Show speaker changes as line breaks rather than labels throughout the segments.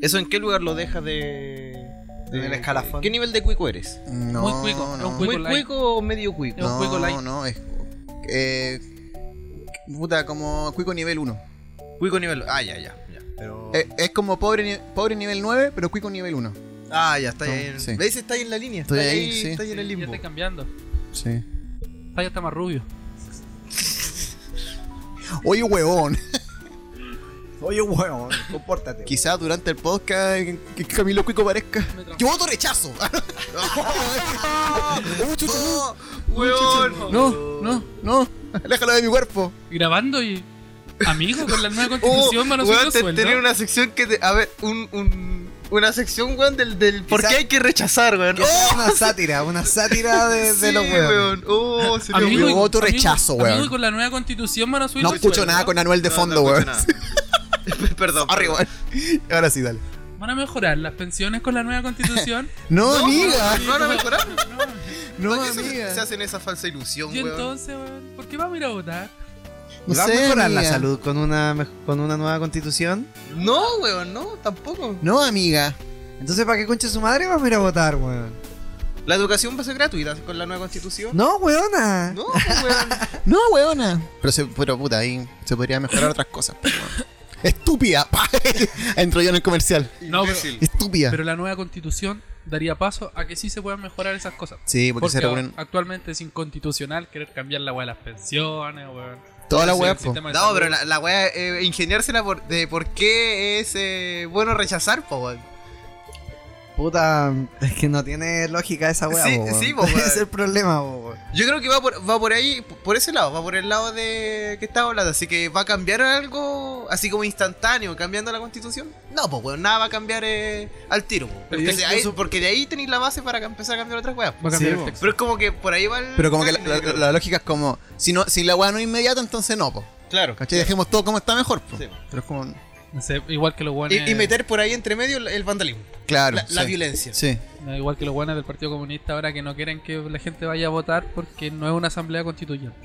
¿Eso en qué lugar lo deja de.
En el escalafón.
¿Qué nivel de cuico eres?
No,
Muy cuico, es un
no.
cuico
¿Muy
light.
cuico o medio cuico?
es un
No,
cuico light.
no, es. eh, puta, como cuico nivel 1.
Cuico nivel. Ah, ya, ya. ya.
Eh, Es, como pobre, ni- pobre nivel 9, pero cuico nivel 1.
Ah, ya, está ahí.
Sí.
¿Ves? Está ahí en la línea.
Estoy
está
ahí, sí.
Está ahí en el
Sí, ya
limbo.
está cambiando.
Sí.
Está ya está más rubio.
Oye, huevón.
Oye, huevón, compórtate.
Quizás durante el podcast que Camilo Cuico parezca.
Me tra-
Yo voto rechazo. Oh, chucha, no.
¡Hueón!
No, no, no. Aléjalo de mi cuerpo.
Grabando y. Amigo, con la nueva constitución van a subir
Weón,
los
te-
sueldos.
tener una sección que te. A ver, un. un una sección, weón, del. del ¿Por
Quizá-
qué hay que rechazar, weón? Oh,
Que
Oh.
sea Una sátira, una sátira de, de los
Sí,
huevos.
weón. Oh, se
Amigo,
me
yo
y-
voto rechazo,
amigo,
weón.
y con la nueva constitución van a subir
No
los
escucho
sueldos.
nada con Anuel de fondo,
No, no
weón.
escucho nada. Perdón.
Arriba. Ahora sí, dale.
Van a mejorar las pensiones con la nueva constitución.
No, amiga.
No van a mejorar.
No,
¿Para qué se,
amiga.
se hacen esa falsa ilusión,
y
weón?
entonces, weón, ¿por qué vamos a ir a votar?
No
¿Va a
sé,
mejorar la
amiga.
salud con una, mej- con una nueva constitución?
No, weón, no, tampoco.
No, amiga.
Entonces, ¿para qué concha su madre vamos a ir a votar, weón?
La educación va a ser gratuita con la nueva constitución.
No, weona.
No, pues, weón.
No, weona. Pero, se, pero puta, ahí se podría mejorar otras cosas. pues, weón. Estúpida. pa. Entro yo en el comercial.
No, pero-
Imbécil.
Estúpida.
Pero la nueva constitución daría paso a que sí se puedan mejorar esas cosas.
sí, porque,
Porque
se reúnen
actualmente es inconstitucional querer cambiar la weá de las pensiones, weón.
todas las
Sí,
weas. pues.
el
po.
sistema de
No,
salud.
pero la, la weá, eh, ingeniársela por, de por qué es eh, bueno rechazar, po, weón.
Puta, es que no tiene lógica esa weá,
Sí,
po, weón.
sí, po, weón.
Ese es el problema, po, weón.
Yo creo que va por, va por ahí, por ese lado, va por el lado de que estaba hablando. Así que va a cambiar algo así como instantáneo, cambiando la constitución. No, pues weón, nada va a cambiar eh, al tiro, po.
Pero
Porque,
yo-
de
yo
ahí,
sup-
porque de ahí tenéis la base para empezar a cambiar otras weas. po.
Va a cambiar
Sí,
el
bo.
texto.
Pero es como que por ahí va el.
Pero como que la, la-
camino, yo
la lógica es como, si, no, si la weá no es inmediata, entonces no, po.
creo. Claro.
¿Cachai? Dejemos todo como está mejor, po.
Sí.
Pero es como,
No sé, igual que los guanes.
Y, y meter por ahí entre medio el, el vandalismo,
claro.
la, la
sí.
violencia.
Sí.
Igual que los guanes del Partido Comunista ahora que no quieren que la gente vaya a votar porque no es una asamblea constituyente.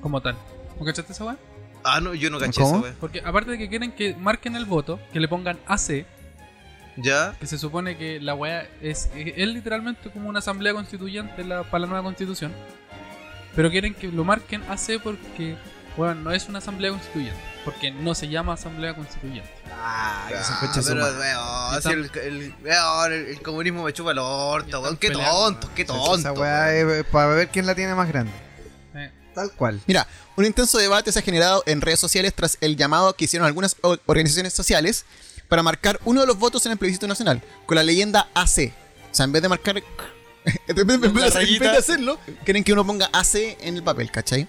Como tal. ¿No cachaste esa weá?
Ah, no, yo no caché
¿Cómo?
eso, weón.
Porque aparte de que quieren que marquen el voto, que le pongan AC,
Ya.
que se supone que la weá es, es literalmente como una asamblea constituyente la- para la nueva constitución. Pero quieren que lo marquen AC porque, bueno, no es una asamblea constituyente. Porque no se llama asamblea constituyente.
Ah, que se
Ah,
concha su
pero,
madre.
weón,
Y
si el, el- weón, el- el comunismo me chupa el orto,
están
weón. Qué
peleando,
tonto, qué tonto.
Esa
weón.
weá eh. es para ver quién la tiene más grande.
Eh,
Tal cual.
Mira, un intenso debate se ha generado en redes sociales tras el llamado que hicieron algunas o- organizaciones sociales para marcar uno de los votos en el plebiscito nacional, con la leyenda AC. O sea, en vez de marcar. en vez de- en vez de- en vez de
rayita.
hacerlo, quieren que uno ponga AC en el papel, ¿cachai?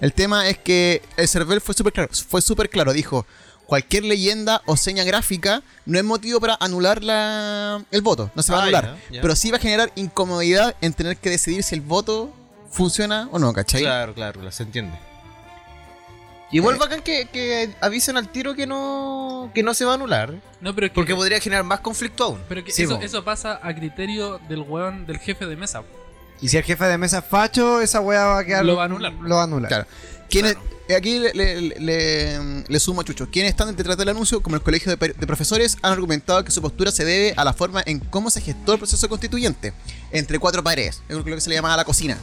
El tema es que el Cervel fue súper claro, fue súper claro, dijo. Cualquier leyenda o seña gráfica no es motivo para anular la- el voto, no se va a
Ah,
anular.
ya, ya.
Pero sí va a generar incomodidad en tener que decidir si el voto funciona o no, ¿cachai?
Claro, claro, claro, se entiende. Eh. Igual bacán que, que avisen al tiro que no que no se va a anular,
No, pero es que,
porque podría generar más conflicto aún.
pero que
Sí,
eso,
po.
eso pasa a criterio del weón, del jefe de mesa. po.
Eh, Y si el jefe de mesa es facho, esa weá va a quedar.
Lo va a anular.
Lo va a anular.
Claro. ¿Quiénes- eh, Aquí le, le- le- le sumo a Chucho. Quienes están detrás del anuncio, como el Colegio de, Per- de Profesores, han argumentado que su postura se debe a la forma en cómo se gestó el proceso constituyente, entre cuatro paredes, es lo que se le llamaba la cocina,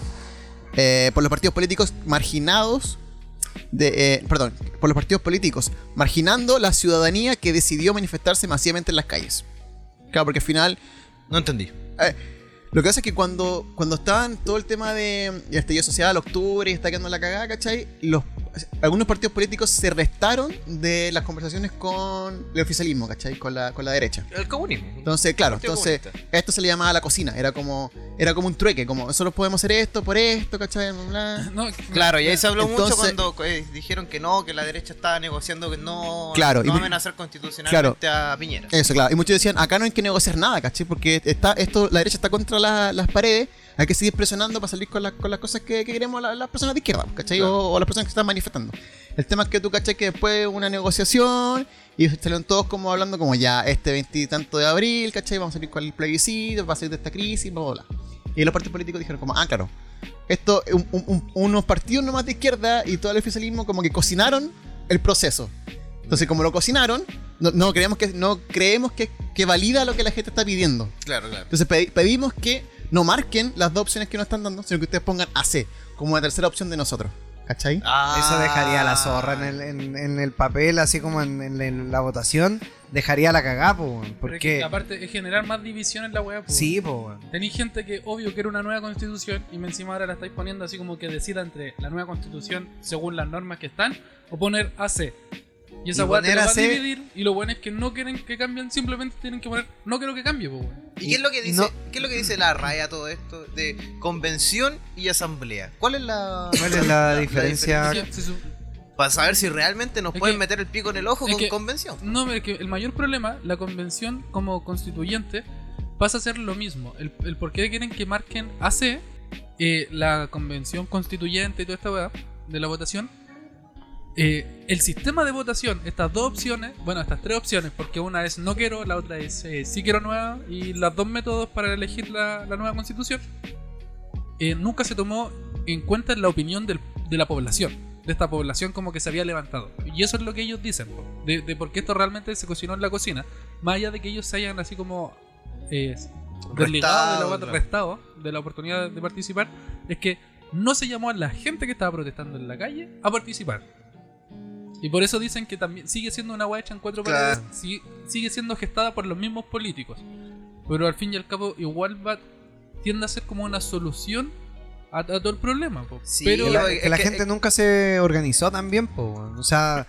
eh, por los partidos políticos marginados, de, eh, perdón, por los partidos políticos, marginando la ciudadanía que decidió manifestarse masivamente en las calles. Claro, porque al final
No entendí.
lo que pasa es que cuando, cuando estaban todo el tema de el estallido social, octubre, y está quedando la cagada, ¿cachai? Los, algunos partidos políticos se restaron de las conversaciones con el oficialismo, ¿cachai? Con la, con la derecha.
El comunismo.
Entonces, claro,
Partido
entonces
comunista.
esto se le llamaba la cocina, era como era como un trueque, como nosotros podemos hacer esto por esto, ¿cachai? Bla, bla.
No,
Claro, y ahí se habló mucho
Entonces-
cuando eh, dijeron que no, que la derecha estaba negociando que no,
Claro,
no
y-
amenazar constitucionalmente a Piñera.
Eso, claro. Eh, Y muchos decían, acá no hay que negociar nada, ¿cachai? Porque está, esto, la derecha está contra la- las paredes, hay que seguir presionando para salir con, las- con las cosas que, que queremos la- las personas de izquierda, ¿cachai?
Claro.
O, o las personas que se están manifestando. El tema es que tú, ¿cachai? Que después hubo una negociación y salieron todos como hablando como ya este veintitanto de abril, ¿cachai? Vamos a salir con el plebiscito, va a salir de esta crisis, bla, bla, bla. Y los partidos políticos dijeron como, ah, claro. Esto, un- un- un- unos partidos nomás de izquierda y todo el oficialismo como que cocinaron el proceso. Entonces, como lo cocinaron, No, no creemos que no creemos que, que valida lo que la gente está pidiendo.
Claro, claro.
Entonces pedi- pedimos que no marquen las dos opciones que nos están dando, sino que ustedes pongan AC como la tercera opción de nosotros. ¿Cachai?
Ah,
Eso dejaría a la zorra
Ah.
en el, en, en el papel, así como en, en la- en la votación. Dejaría la cagá, po, weón,
Porque
Porque.
aparte es generar más división en la weá. pues.
Sí, po, weón.
Tenéis gente que obvio que era una nueva constitución y me encima ahora la estáis poniendo así como que decida entre la nueva constitución según las normas que están o poner AC. Y esa
Y
weá te
poner
la va a
AC.
dividir y lo bueno es que no quieren que cambien, simplemente tienen que poner no quiero que cambie, pues weón.
¿Y qué es lo que dice,
No.
qué es lo que dice la RAE a todo esto? De convención y asamblea. ¿Cuál es la.
¿Cuál es la diferencia?
Es que se su-
Para saber si realmente nos
Es
pueden
que-
meter el pico en el ojo
es
con
que-
convención.
No, pero es que el mayor problema, la convención como constituyente pasa a ser lo mismo. El, el por qué quieren que marquen AC, eh, la convención constituyente y toda esta weá de la votación. eh, el sistema de votación, estas dos opciones, bueno, estas tres opciones, porque una es no quiero, la otra es eh, sí quiero nueva, y los dos métodos para elegir la, la nueva constitución, eh, nunca se tomó en cuenta la opinión del- de la población, de esta población como que se había levantado. Y eso es lo que ellos dicen, po, de, de por qué esto realmente se cocinó en la cocina, más allá de que ellos se hayan así como eh, desligado de la-
Restado, claro.
restado de la oportunidad de participar, es que no se llamó a la gente que estaba protestando en la calle a participar. Y por eso dicen que también sigue siendo una hueá hecha en cuatro
Claro.
paredes, sigue, sigue siendo gestada por los mismos políticos. Pero al fin y al cabo, igual va, tiende a ser como una solución a, a todo el problema. po.
Sí,
Pero
Que
la-
la,
es
que la
que-
gente nunca se organizó tan bien, po, weón. O sea,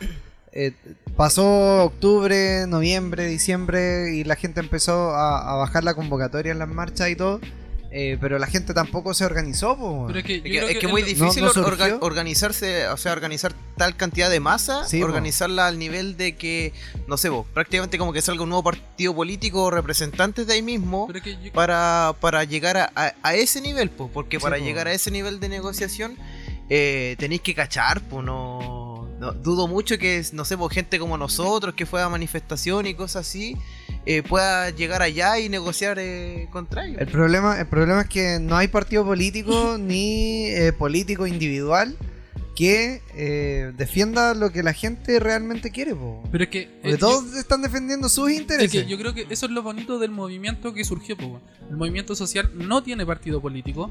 eh, pasó octubre, noviembre, diciembre y la gente empezó a, a bajar la convocatoria en las marchas y todo. eh, pero la gente tampoco se organizó, po, weón.
pero es que,
Es
yo
que,
creo
es que
es
muy
lo-
difícil
no
or- orga-
surgió.
organizarse, o sea, organizar tal cantidad de masa,
Sí, po.
organizarla al nivel de que, no sé, vos, prácticamente como que salga un nuevo partido político o representantes de ahí mismo
pero es que yo-
para, para llegar a, a- a ese nivel, pues, porque
Sí,
para
po.
llegar a ese nivel de negociación eh, tenéis que cachar, pues, no, no- dudo mucho que, no sé, po, gente como nosotros que fue a manifestación y cosas así, eh, pueda llegar allá y negociar eh, contra ellos.
El problema, el problema es que no hay partido político ni eh, político individual que eh, defienda lo que la gente realmente quiere. Po.
pero es que, eh,
Porque
yo-
todos están defendiendo sus
es
intereses.
que yo creo que eso es lo bonito del movimiento que surgió. po, weón. El movimiento social no tiene partido político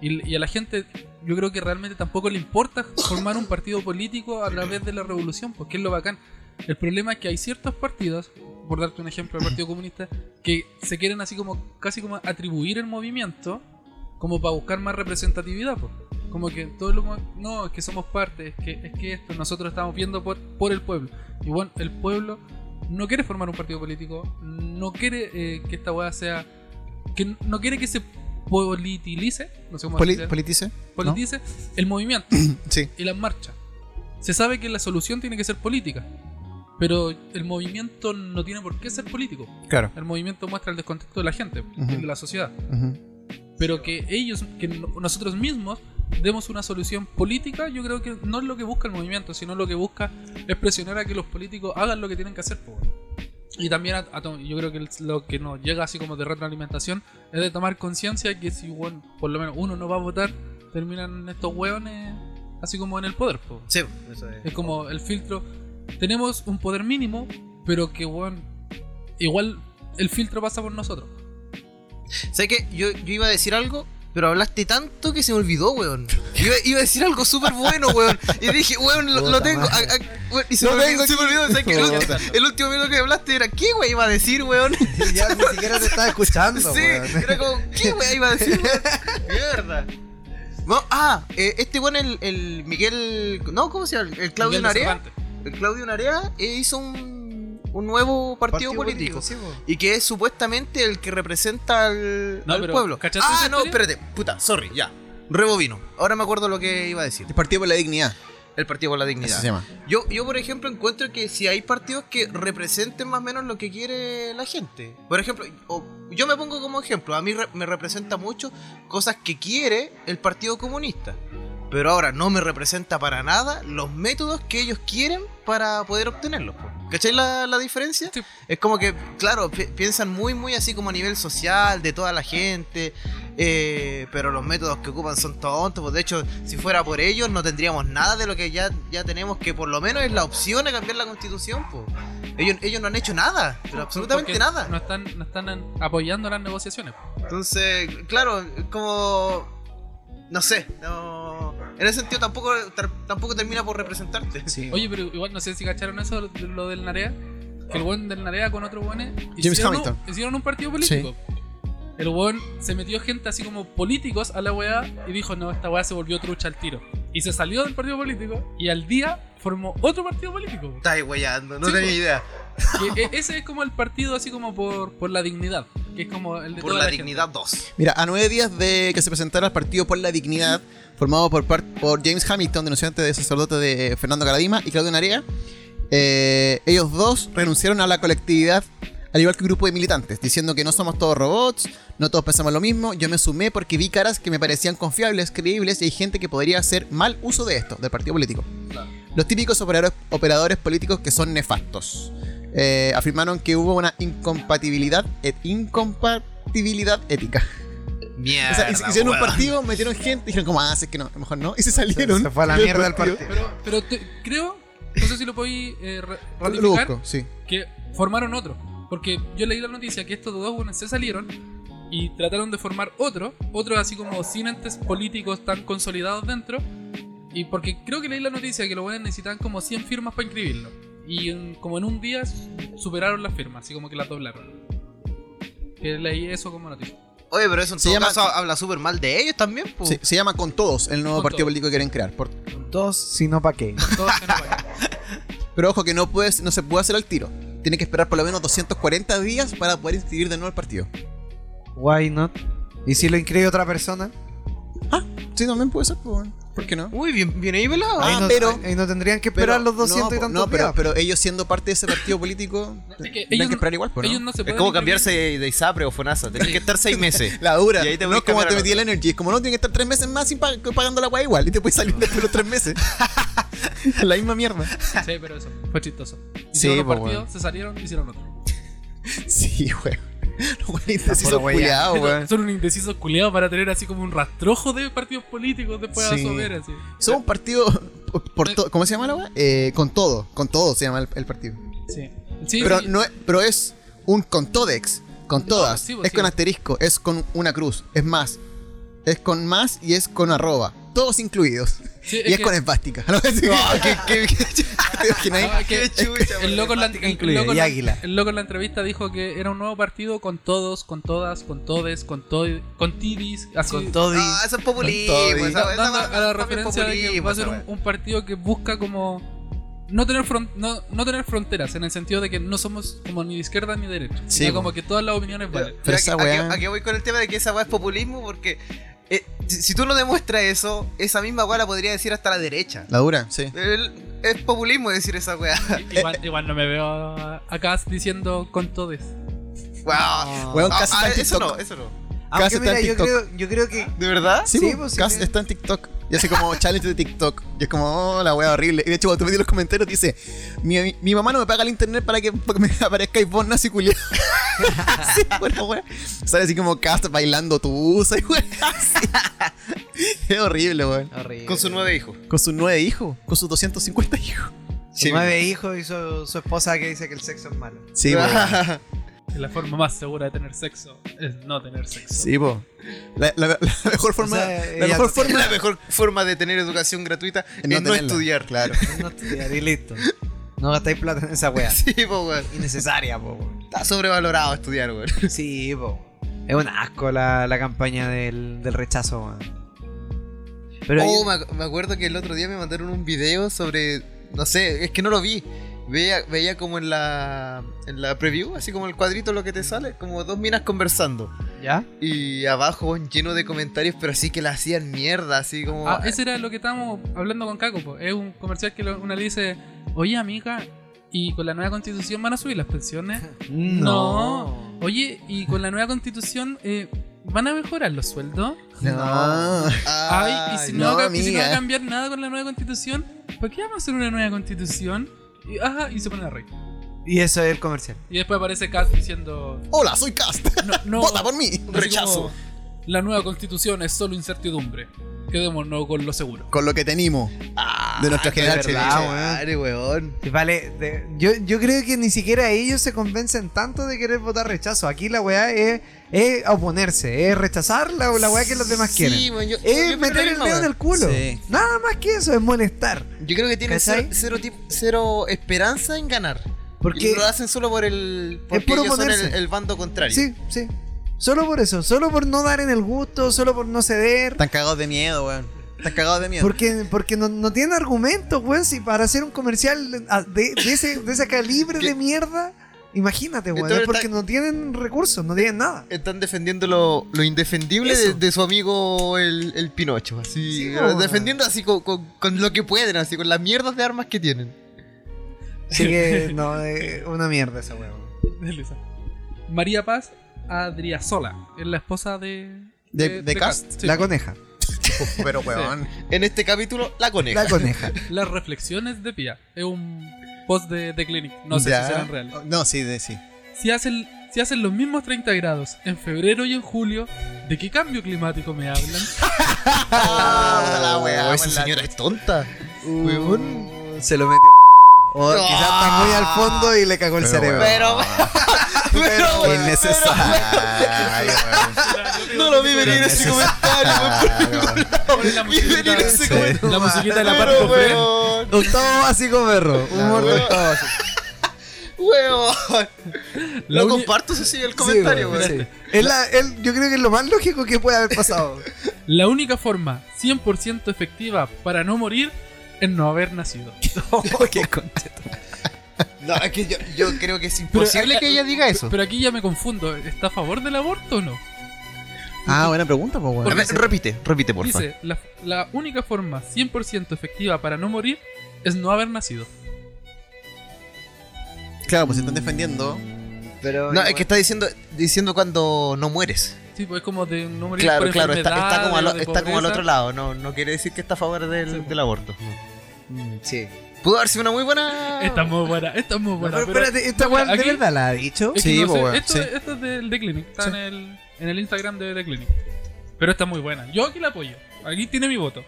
y, y a la gente yo creo que realmente tampoco le importa formar un partido político a través de la revolución, porque es lo bacán. El problema es que hay ciertos partidos, por darte un ejemplo, el Partido Comunista, que se quieren así como casi como atribuir el movimiento como para buscar más representatividad, po. Como que todo lo mo- no, es que somos parte, es que es que esto nosotros estamos viendo por, por el pueblo. Y bueno, el pueblo no quiere formar un partido político, no quiere eh, que esta weá sea que n- no quiere que se politilice, no sé cómo
Poli-
se dice,
politice.
politice el movimiento
Sí.
y las marchas. Se sabe que la solución tiene que ser política, pero el movimiento no tiene por qué ser político.
Claro.
El movimiento muestra el descontento de la gente,
Ujú.
de la sociedad, pero que ellos, que no- nosotros mismos demos una solución política, yo creo que no es lo que busca el movimiento, sino lo que busca es presionar a que los políticos hagan lo que tienen que hacer. po. Y también a- a to- yo creo que el- lo que nos llega así como de retroalimentación es de tomar conciencia que si bueno, por lo menos uno no va a votar, terminan estos hueones así como en el poder. po.
Sí, eso es.
Es como el filtro. Tenemos un poder mínimo, pero que bueno, igual el filtro pasa por nosotros.
¿Sabes qué? Yo, yo iba a decir algo, pero hablaste tanto que se me olvidó, weón. Yo Iba, iba a decir algo súper bueno, weón. Y dije, weón, lo, lo
Puta
tengo.
madre.
a- a- weón, y se,
Lo
me,
tengo
olvidó, se me olvidó. ¿Sabes qué? El,
Puta.
ulti- el último minuto que hablaste era, ¿qué weón iba a decir, weón?
ya ni siquiera te estaba escuchando.
sí,
weón.
era como, ¿qué weón iba a decir, weón? Mierda. No, ah, eh, este weón, el, el Miguel. No, ¿cómo se llama? El Claudio
Miguel de
Narea.
Cervantes.
El Claudio Narea eh, hizo un, un nuevo partido, político.
sí, po.
Y que es supuestamente el que representa al,
No,
al
pero,
pueblo.
¿cachaste
Ah,
esa
no,
historia?
espérate. Puta, sorry, ya. Rebobino. Ahora me acuerdo lo que iba a decir.
El Partido por la Dignidad.
El Partido por la
Eso
Dignidad.
se llama.
Yo, yo, por ejemplo, encuentro que si hay partidos que representen más o menos lo que quiere la gente. Por ejemplo, o- yo me pongo como ejemplo. A mí re- me representa mucho cosas que quiere el Partido Comunista. pero ahora no me representa para nada los métodos que ellos quieren para poder obtenerlos. po. ¿Cachai la, la diferencia?
Sí.
Es como que, claro, pi- piensan muy, muy así como a nivel social, de toda la gente, eh, pero los métodos que ocupan son tontos. Pues de hecho, si fuera por ellos, no tendríamos nada de lo que ya, ya tenemos, que por lo menos es la opción de cambiar la constitución. po. Ellos, ellos no han hecho nada, pero absolutamente
Porque
nada. Mm.
No están, no están an- apoyando las negociaciones.
Entonces, claro, es como. No sé, no. En ese sentido tampoco, tar- tampoco termina por representarte.
Sí.
Oye, pero igual no sé si cacharon eso, lo, lo del Narea. Que el buen del Narea con otro buen
James Hamilton.
Un, hicieron un partido político. El buen se metió gente así como políticos a la weá y dijo, no, esta weá se volvió trucha al tiro. Y se salió del partido político y al día formó otro partido político.
Estás weyando, no
Sí,
tenía
pues.
idea.
Que, e- ese es como el partido así como por, por la dignidad. Que es como el de
Por
toda
la
gente.
dignidad 2.
Mira, a nueve días de que se presentara el partido por la dignidad, formado por, par- por James Hamilton, denunciante de sacerdote de Fernando Caradima y Claudio Narea, eh, ellos dos renunciaron a la colectividad, al igual que un grupo de militantes, diciendo que no somos todos robots, no todos pensamos lo mismo. Yo me sumé porque vi caras que me parecían confiables, creíbles, y hay gente que podría hacer mal uso de esto, del partido político.
Claro.
Los típicos operadores, operadores políticos que son nefastos. Eh, afirmaron que hubo una incompatibilidad, et- incompatibilidad ética.
Mierda.
O sea, hic- hicieron un
weón.
partido, metieron gente, dijeron como, ah, si es que no, mejor no, y se salieron.
Se fue a la
del
mierda el partido.
Pero, pero te- creo, no sé si lo podéis eh, ra-
Lo- Lo
ratificar,
busco, sí.
que formaron otro. Porque yo leí la noticia que estos dos buenos se salieron y trataron de formar otro, otro así como sin entes políticos tan consolidados dentro. Y porque creo que leí la noticia que los buenos necesitaban como 100 firmas para inscribirlo. Y en- como en un día s- superaron las firmas, así como que las doblaron. Que leí eso como noticia.
Oye, pero eso en
Se
todo
llama-
caso habla súper mal de ellos también, pues.
Se, se llama Con Todos, el nuevo
Con
partido
Todos.
político que quieren crear. por-
Dos, si no, ¿para qué?
Todos se nos vayan.
pero ojo que no, puedes, no se puede hacer al tiro. Tiene que esperar por lo menos 240 días para poder inscribir de nuevo el partido.
Why not? ¿Y si lo inscribe otra persona?
Sí, también puede ser, pues, bueno, ¿por qué no?
Uy, bien, bien ahí velado.
Ah,
ahí no,
pero-
ahí no tendrían que esperar los 200
no,
y
po,
tantos
no, pero,
días.
pero ellos siendo parte de ese partido político,
Es que
tienen
ellos
que
no-
esperar igual, pues, ¿no?
Ellos no se
Es
pueden
como
inscribir.
cambiarse de ISAPRE o FONASA. Tenés que estar seis meses.
La dura.
Y ahí te
no
podés
es como
cambiar
te
a
metí el energy. Es como no, tienes que estar tres meses más sin pag- pagando la agua igual. Y te puedes salir después de los tres meses. la misma mierda.
Sí, pero eso, fue chistoso.
Sí,
Hicieron un
pues,
partido,
bueno.
se salieron, hicieron otro.
Sí, weón. Los weones
puro
indecisos
weyando.
culiados, Ah, weón.
Son un indeciso culiado para tener así como un rastrojo de partidos políticos después
Sí.
a saber así.
Somos un partido. Por, por to- ¿Cómo se llama la weá? Eh, con todo. Con todo se llama el, el partido.
Sí. Sí,
pero,
sí.
No es, pero es un con todex. Con todas.
sí, pues,
es
sí.
con asterisco. Es con una cruz. Es más. Es con más y es con arroba. Todos incluidos.
Sí,
Y es
que-
con esvástica. No, sí. ¿Qué- qué- qué- ¿Te imagináis?
no, es que
Qué chucha,
el loco en la- el
incluida,
loco en
y
la-
águila.
el loco en la entrevista dijo que era un nuevo partido con todos, con todas, con todes, con todo, con tidis, así.
Con todo y-
Ah, eso es populismo.
Con todo,
esa-
y-
esa-
dando
esa-
a la
también
referencia de que
populismo,
va a ser
esa
un,
weá.
un partido que busca como no tener fron- no, no tener fronteras en el sentido de que no somos como ni de izquierda ni de derecha,
Sí,
sino
po.
como que todas las opiniones valen.
Pero
aquí-
esa
aquí-
weá-
aquí voy con el tema de que esa weá es populismo porque eh, si, si tú no demuestras eso, esa misma weá la podría decir hasta la derecha.
La dura, sí.
El- es populismo decir esa weá.
Igual, igual no me veo acá diciendo con todes.
Wow.
Weón,
Ah,
casi
ah,
está en
eso no,
TikTok.
eso no.
Casi
Aunque
está
mira,
en
yo
TikTok.
creo, yo creo que
¿De verdad?
Sí,
Sí,
po,
pues, sí,
Cass
sí.
está en TikTok. Y hace como challenge de TikTok. Y es como, oh, la wea horrible. Y de hecho, cuando tú metí los comentarios, dice: mi, mi- mi mamá no me paga el internet para que para que me aparezca Ivonne nazi culiado. sí, bueno, wea. Sale así como Cass bailando tu y wea. así. Es horrible, weón.
Horrible.
Con sus nueve hijos.
Con sus nueve hijos, con sus 250 hijos.
Sus nueve hijos y su, su esposa que dice que el sexo es malo.
Sí, weón.
La forma más segura de tener sexo es no tener sexo.
Sí, po. La, la- la mejor forma.
O sea,
la
ella
mejor
no-
forma.
La mejor forma de tener educación gratuita es
no
no,
tenerla.
estudiar.
Claro.
Es No estudiar y listo. No gastáis plata en esa wea.
Sí, po, weón.
Innecesaria, po. weón.
Está sobrevalorado estudiar, weón.
Sí, po. Es un asco la, la campaña del, del rechazo, weón. Pero
oh,
yo-
me, ac- me acuerdo que el otro día me mandaron un video sobre. No sé, es que no lo vi. Veía, veía como en la, en la preview, así como el cuadrito lo que te sale, como dos minas conversando.
¿ya?
Y abajo weón, lleno de comentarios, pero así que la hacían mierda, así como...
Ah, eso era lo que estábamos hablando con Caco. po. Es un comercial que lo- una le dice, oye amiga, ¿y con la nueva constitución van a subir las pensiones? No. Oye, ¿y con la nueva constitución eh, ¿Van a mejorar los sueldos?
No.
Ay, y si no, ca- y si no va a
amiga.
cambiar nada con la nueva constitución, ¿por qué vamos a hacer una nueva constitución? Y, ajá, y se ponen a reír.
Y eso es el comercial.
Y después aparece Kat diciendo:
Hola, soy Cast.
No, no.
Vota por mí.
así
Rechazo.
como, la nueva constitución es solo incertidumbre. Quedémonos con lo seguro.
Con lo que tenemos. de nuestra generación.
Ah, verdad,
Madre, weón.
Sí, Vale, de- yo, yo creo que ni siquiera ellos se convencen tanto de querer votar rechazo. Aquí la weá es, es oponerse, es rechazar la, la weá que los demás quieren.
Sí, weón, yo- yo
Es
creo
meter
la
el
misma,
dedo en
weón.
el culo.
Sí.
Nada más que eso, es molestar.
Yo creo que tienen cero,
¿Cachai?
cero tip- cero esperanza en ganar.
Porque-
Y lo hacen solo por el. Porque
puro
ellos son el,
ponerse.
el bando contrario.
Sí, sí. Solo por eso, solo por no dar en el gusto, solo por no ceder.
Están cagados de miedo, weón. Están cagados de miedo.
Porque, porque no, no tienen argumentos, weón. Si para hacer un comercial de, ah, de- de ese, de ese calibre
¿Qué?
de mierda, imagínate, weón.
Entonces
Es porque
está-
no tienen recursos, no tienen nada.
Están defendiendo lo, lo indefendible de,
Eso.
de su amigo el, el Pinocho. Así,
Sí,
pero
weón.
defendiendo así con, con- con lo que pueden, así con las mierdas de armas que tienen.
Así que, no, es una mierda esa weón.
Desliza. María Paz Adriasola es la esposa de.
De- de Cast.
sí.
La coneja.
Pero,
En este capítulo, la coneja.
La coneja.
pues, Las reflexiones de Pia. Es un post de, de Clinic. No sé
Ya.
si serán reales.
No, sí, de, sí.
Si hacen, si hacen los mismos 30 grados en febrero y en julio, ¿de qué cambio climático me hablan?
Ah, la weá,
Oh, esa
weón, la-
señora es tonta.
Uh, se lo metió.
Oh,
O
Ah.
quizás está muy al fondo y le cagó el cerebro.
Pero, pero,
Qué
weón,
innecesario, weón.
no lo vi venir ese
Innecesario,
comentario.
weón.
Ponen la musiquita,
venir ese
la
comentario.
musiquita de la parte
Pero,
cofre.
weón,
Octavo básico perro. Humor de
weón.
octavo básico.
weón.
La
No
uni-
comparto eso sí el
Sí,
comentario,
weón,
weón.
sí. Es la- es- yo creo que es lo más lógico que puede haber pasado.
La única forma 100% efectiva para no morir es no haber nacido.
No, es que yo, yo creo que es
Pero
imposible
acá-
que ella diga eso.
Pero aquí ya me confundo. ¿Está a favor del aborto o no?
Ah, buena pregunta, pues,
A
weón.
ver, repite, repite, por favor.
Dice, la, la única forma 100% efectiva para no morir es no haber nacido.
Claro, pues se están defendiendo.
Pero
No, es que está diciendo, diciendo cuando no mueres.
Sí, pues es como de no morir
Claro,
por
claro, está,
enfermedad,
está como al,
o de
está como al
pobreza.
otro lado. No, no quiere decir que está a favor del,
Sí.
del aborto.
Sí.
Pudo haber sido una muy buena.
Está muy buena, está muy buena.
pero,
pero-
espérate, ¿esta weá de
aquí-
verdad la ha dicho?
Es que
Sí,
no
po,
sé,
weón,
esto,
sí.
esto es del The Clinic, está
Sí.
en, el, en el Instagram de The Clinic. Pero está muy buena. Yo aquí la apoyo. Aquí tiene mi voto.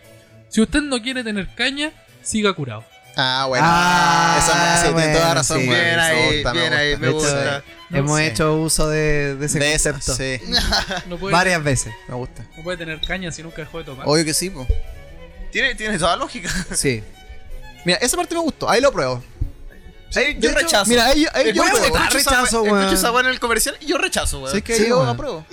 Si usted no quiere tener caña, siga curado.
Ah, bueno.
Ah,
Eso me- sí, tiene toda
bueno,
razón,
sí.
weón.
Bien
Me
ahí,
gusta,
bien ahí, me
De hecho, eh.
gusta.
No
Hemos
sé.
hecho uso de, de ese
De esa,
concepto
sí.
No puede,
varias veces.
Me gusta.
no puede tener caña si nunca dejó de tomar.
Obvio que sí, pues.
Tiene, tiene toda lógica.
Sí.
Mira, esa parte me gustó. Ahí lo pruebo.
Ahí yo
de hecho,
rechazo.
Mira, ahí, ahí yo
Escucho-
pruebo.
votar
escucho esa
rechazo,
wea-
weón.
Escucho esa wea en el comercial y yo rechazo, weón.
Sí, que
Sí,
yo
weón.
apruebo.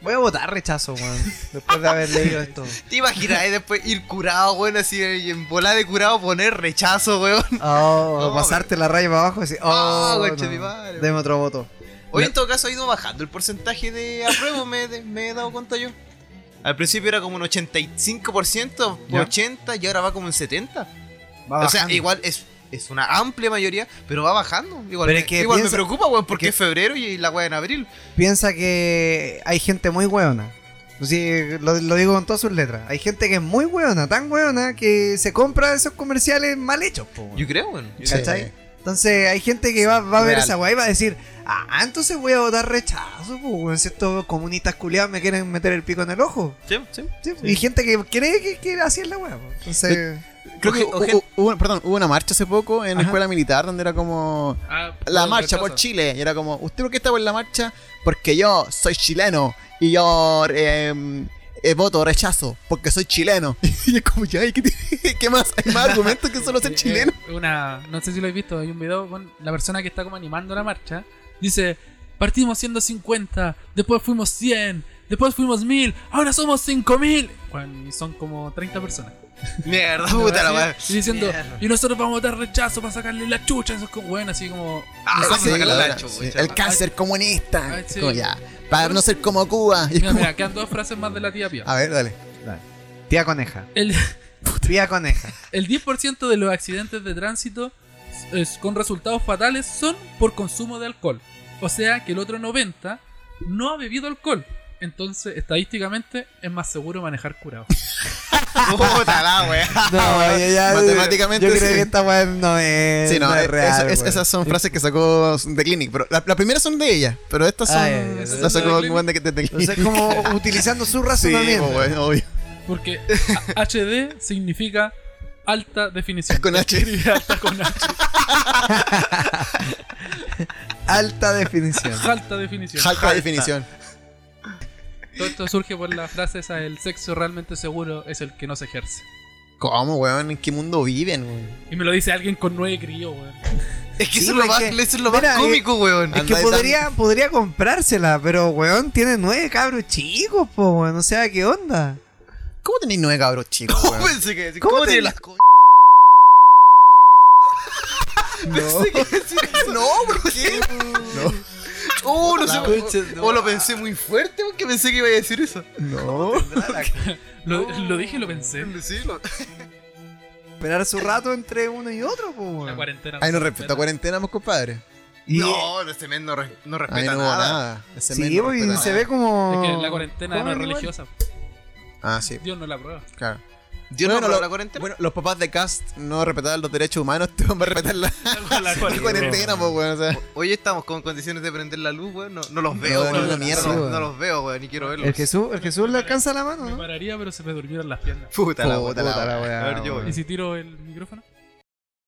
Voy a votar rechazo, weón. Después de haber leído esto.
Te imaginas y después ir curado, weón, así eh, y en bola de curado poner rechazo, weón.
Oh,
No,
pasarte la raya para abajo y decir,
Ah,
oh,
conche
no.
mi madre.
Deme otro voto.
Hoy en todo caso ha ido bajando el porcentaje de apruebo, me, de- me he dado cuenta yo. Al principio era como un 85%,
Ya.
80% y ahora va como un 70%.
Va
o sea,
bajando.
igual es, es una amplia mayoría, pero va bajando. Igual,
Pero es
me,
que
igual
piensa-
me preocupa, weón, porque
que-
es febrero y la weá en abril.
Piensa que hay gente muy weona. Sí, lo, lo digo con todas sus letras. Hay gente que es muy weona, tan weona, que se compra esos comerciales mal hechos, po, weón.
Yo creo, weón.
Sí.
¿Cachai? Entonces hay gente que va, va a ver
Real.
esa weá y va a decir, ah, entonces voy a votar rechazo, pues, weón, si estos comunistas culiados me quieren meter el pico en el ojo.
Sí, sí.
Sí, Y gente que cree que, que así es la weá. pues. Entonces,
Creo que
Oje-
hu-
oje-
hu- hubo, perdón, hubo una marcha hace poco en la
Ajá.
escuela militar donde era como
Ah,
la
no,
marcha
rechaza.
por Chile. Y era como, ¿usted por qué está por la marcha? Porque yo soy chileno y yo eh, eh, voto rechazo porque soy chileno. y es como, ya, ¿y ¿qué, tiene- qué más? ¿Hay más argumentos que solo
Eh,
ser
eh,
chileno?
una, no sé si lo habéis visto, hay un video con la persona que está como animando la marcha. Dice, partimos siendo 50, después fuimos 100, después fuimos 1000, ahora somos 5000. Bueno, y son como 30 personas.
Mierda, Ah, puta la weá.
Y diciendo,
Mierda.
y nosotros vamos a dar rechazo para sacarle la chucha. Eso es como, bueno, así como.
Ah,
nosotros
sí,
sacarle
la
la
verdad.
chucha.
Nacho,
Sí,
güey,
el
chaval.
cáncer comunista.
Ay, sí.
Como ya, para no ser como Cuba. Y es
Mira,
como-
mira, quedan dos frases más de la tía
Ah.
Pia.
a ver, dale.
tía coneja.
El,
Tía coneja.
el 10% de los accidentes de tránsito es- con resultados fatales son por consumo de alcohol. O sea que el otro 90% no ha bebido alcohol. Entonces, estadísticamente, es más seguro manejar curado.
Puta la wea.
No, ya, ya,
Matemáticamente
Yo creo
sí.
que esta weá no es.
Ah, Sí, no,
no es
eh,
real.
esa- es-
weón.
esas son frases que sacó The Clinic. Pero la- las primeras son de ella, pero estas son.
Ah, ya, ya,
ya.
las sacó
The
Juan de de The Clinic.
Entonces, es como utilizando su
Sí,
razonamiento.
po, weón, obvio.
Porque a- HD significa alta definición.
Con H.
Escribe Alta con H.
Alta definición.
Alta definición.
Alta definición.
Todo esto surge por la frase esa, el sexo realmente seguro es el que no se ejerce.
¿Cómo, weón? ¿En qué mundo viven, weón?
Y me lo dice alguien con nueve críos, weón.
Es que
Sí,
eso, es lo más,
porque-
eso es lo más
mira, eh,
cómico, weón.
Es que
Anda,
podría, podría comprársela, pero weón tiene nueve cabros chicos, po, weón. O sea, ¿qué onda?
¿Cómo tenéis nueve cabros chicos,
¿Cómo
weón?
pensé que
¿Cómo
¿Cómo
te-
tiene las co- Pensé que decir eso.
No, ¿por qué? No.
Oh, no
La
sé.
concha,
o- O lo pensé muy fuerte porque pensé que iba a decir eso.
No.
Lo, lo dije y lo pensé.
Sí, lo-
Esperar su rato entre uno y otro, po,
La
weón.
cuarentena.
Ay, no respetó cuarentena, pues, compadre.
Y-
No, ese men no, re- no
Ahí
respeta
no hubo
nada.
nada. Ese men
Sí,
no
po, y
respeta
se
nada.
ve como.
Es que la cuarentena no es
joven igual.
religiosa.
Ah, sí,
Dios no la prueba.
claro.
Dios
Bueno,
no aprobó
lo-
la cuarentena.
Bueno, los papás de Cast no respetaban los derechos humanos, te van a respetar la,
La
la cuarentena, pues, weón. O sea,
Hoy estamos con condiciones de prender la luz, weón. No, no los veo,
No, ni
weón.
una mierda,
no,
weón.
no los veo, weón. Ni quiero verlos.
El Jesús, el Jesús le alcanza la mano,
Me
¿no?
pararía, pero se me durmieron las piernas.
Puta la
Puta
puta
la
la
wea,
A ver, yo
weón.
voy.
¿Y si tiro el micrófono?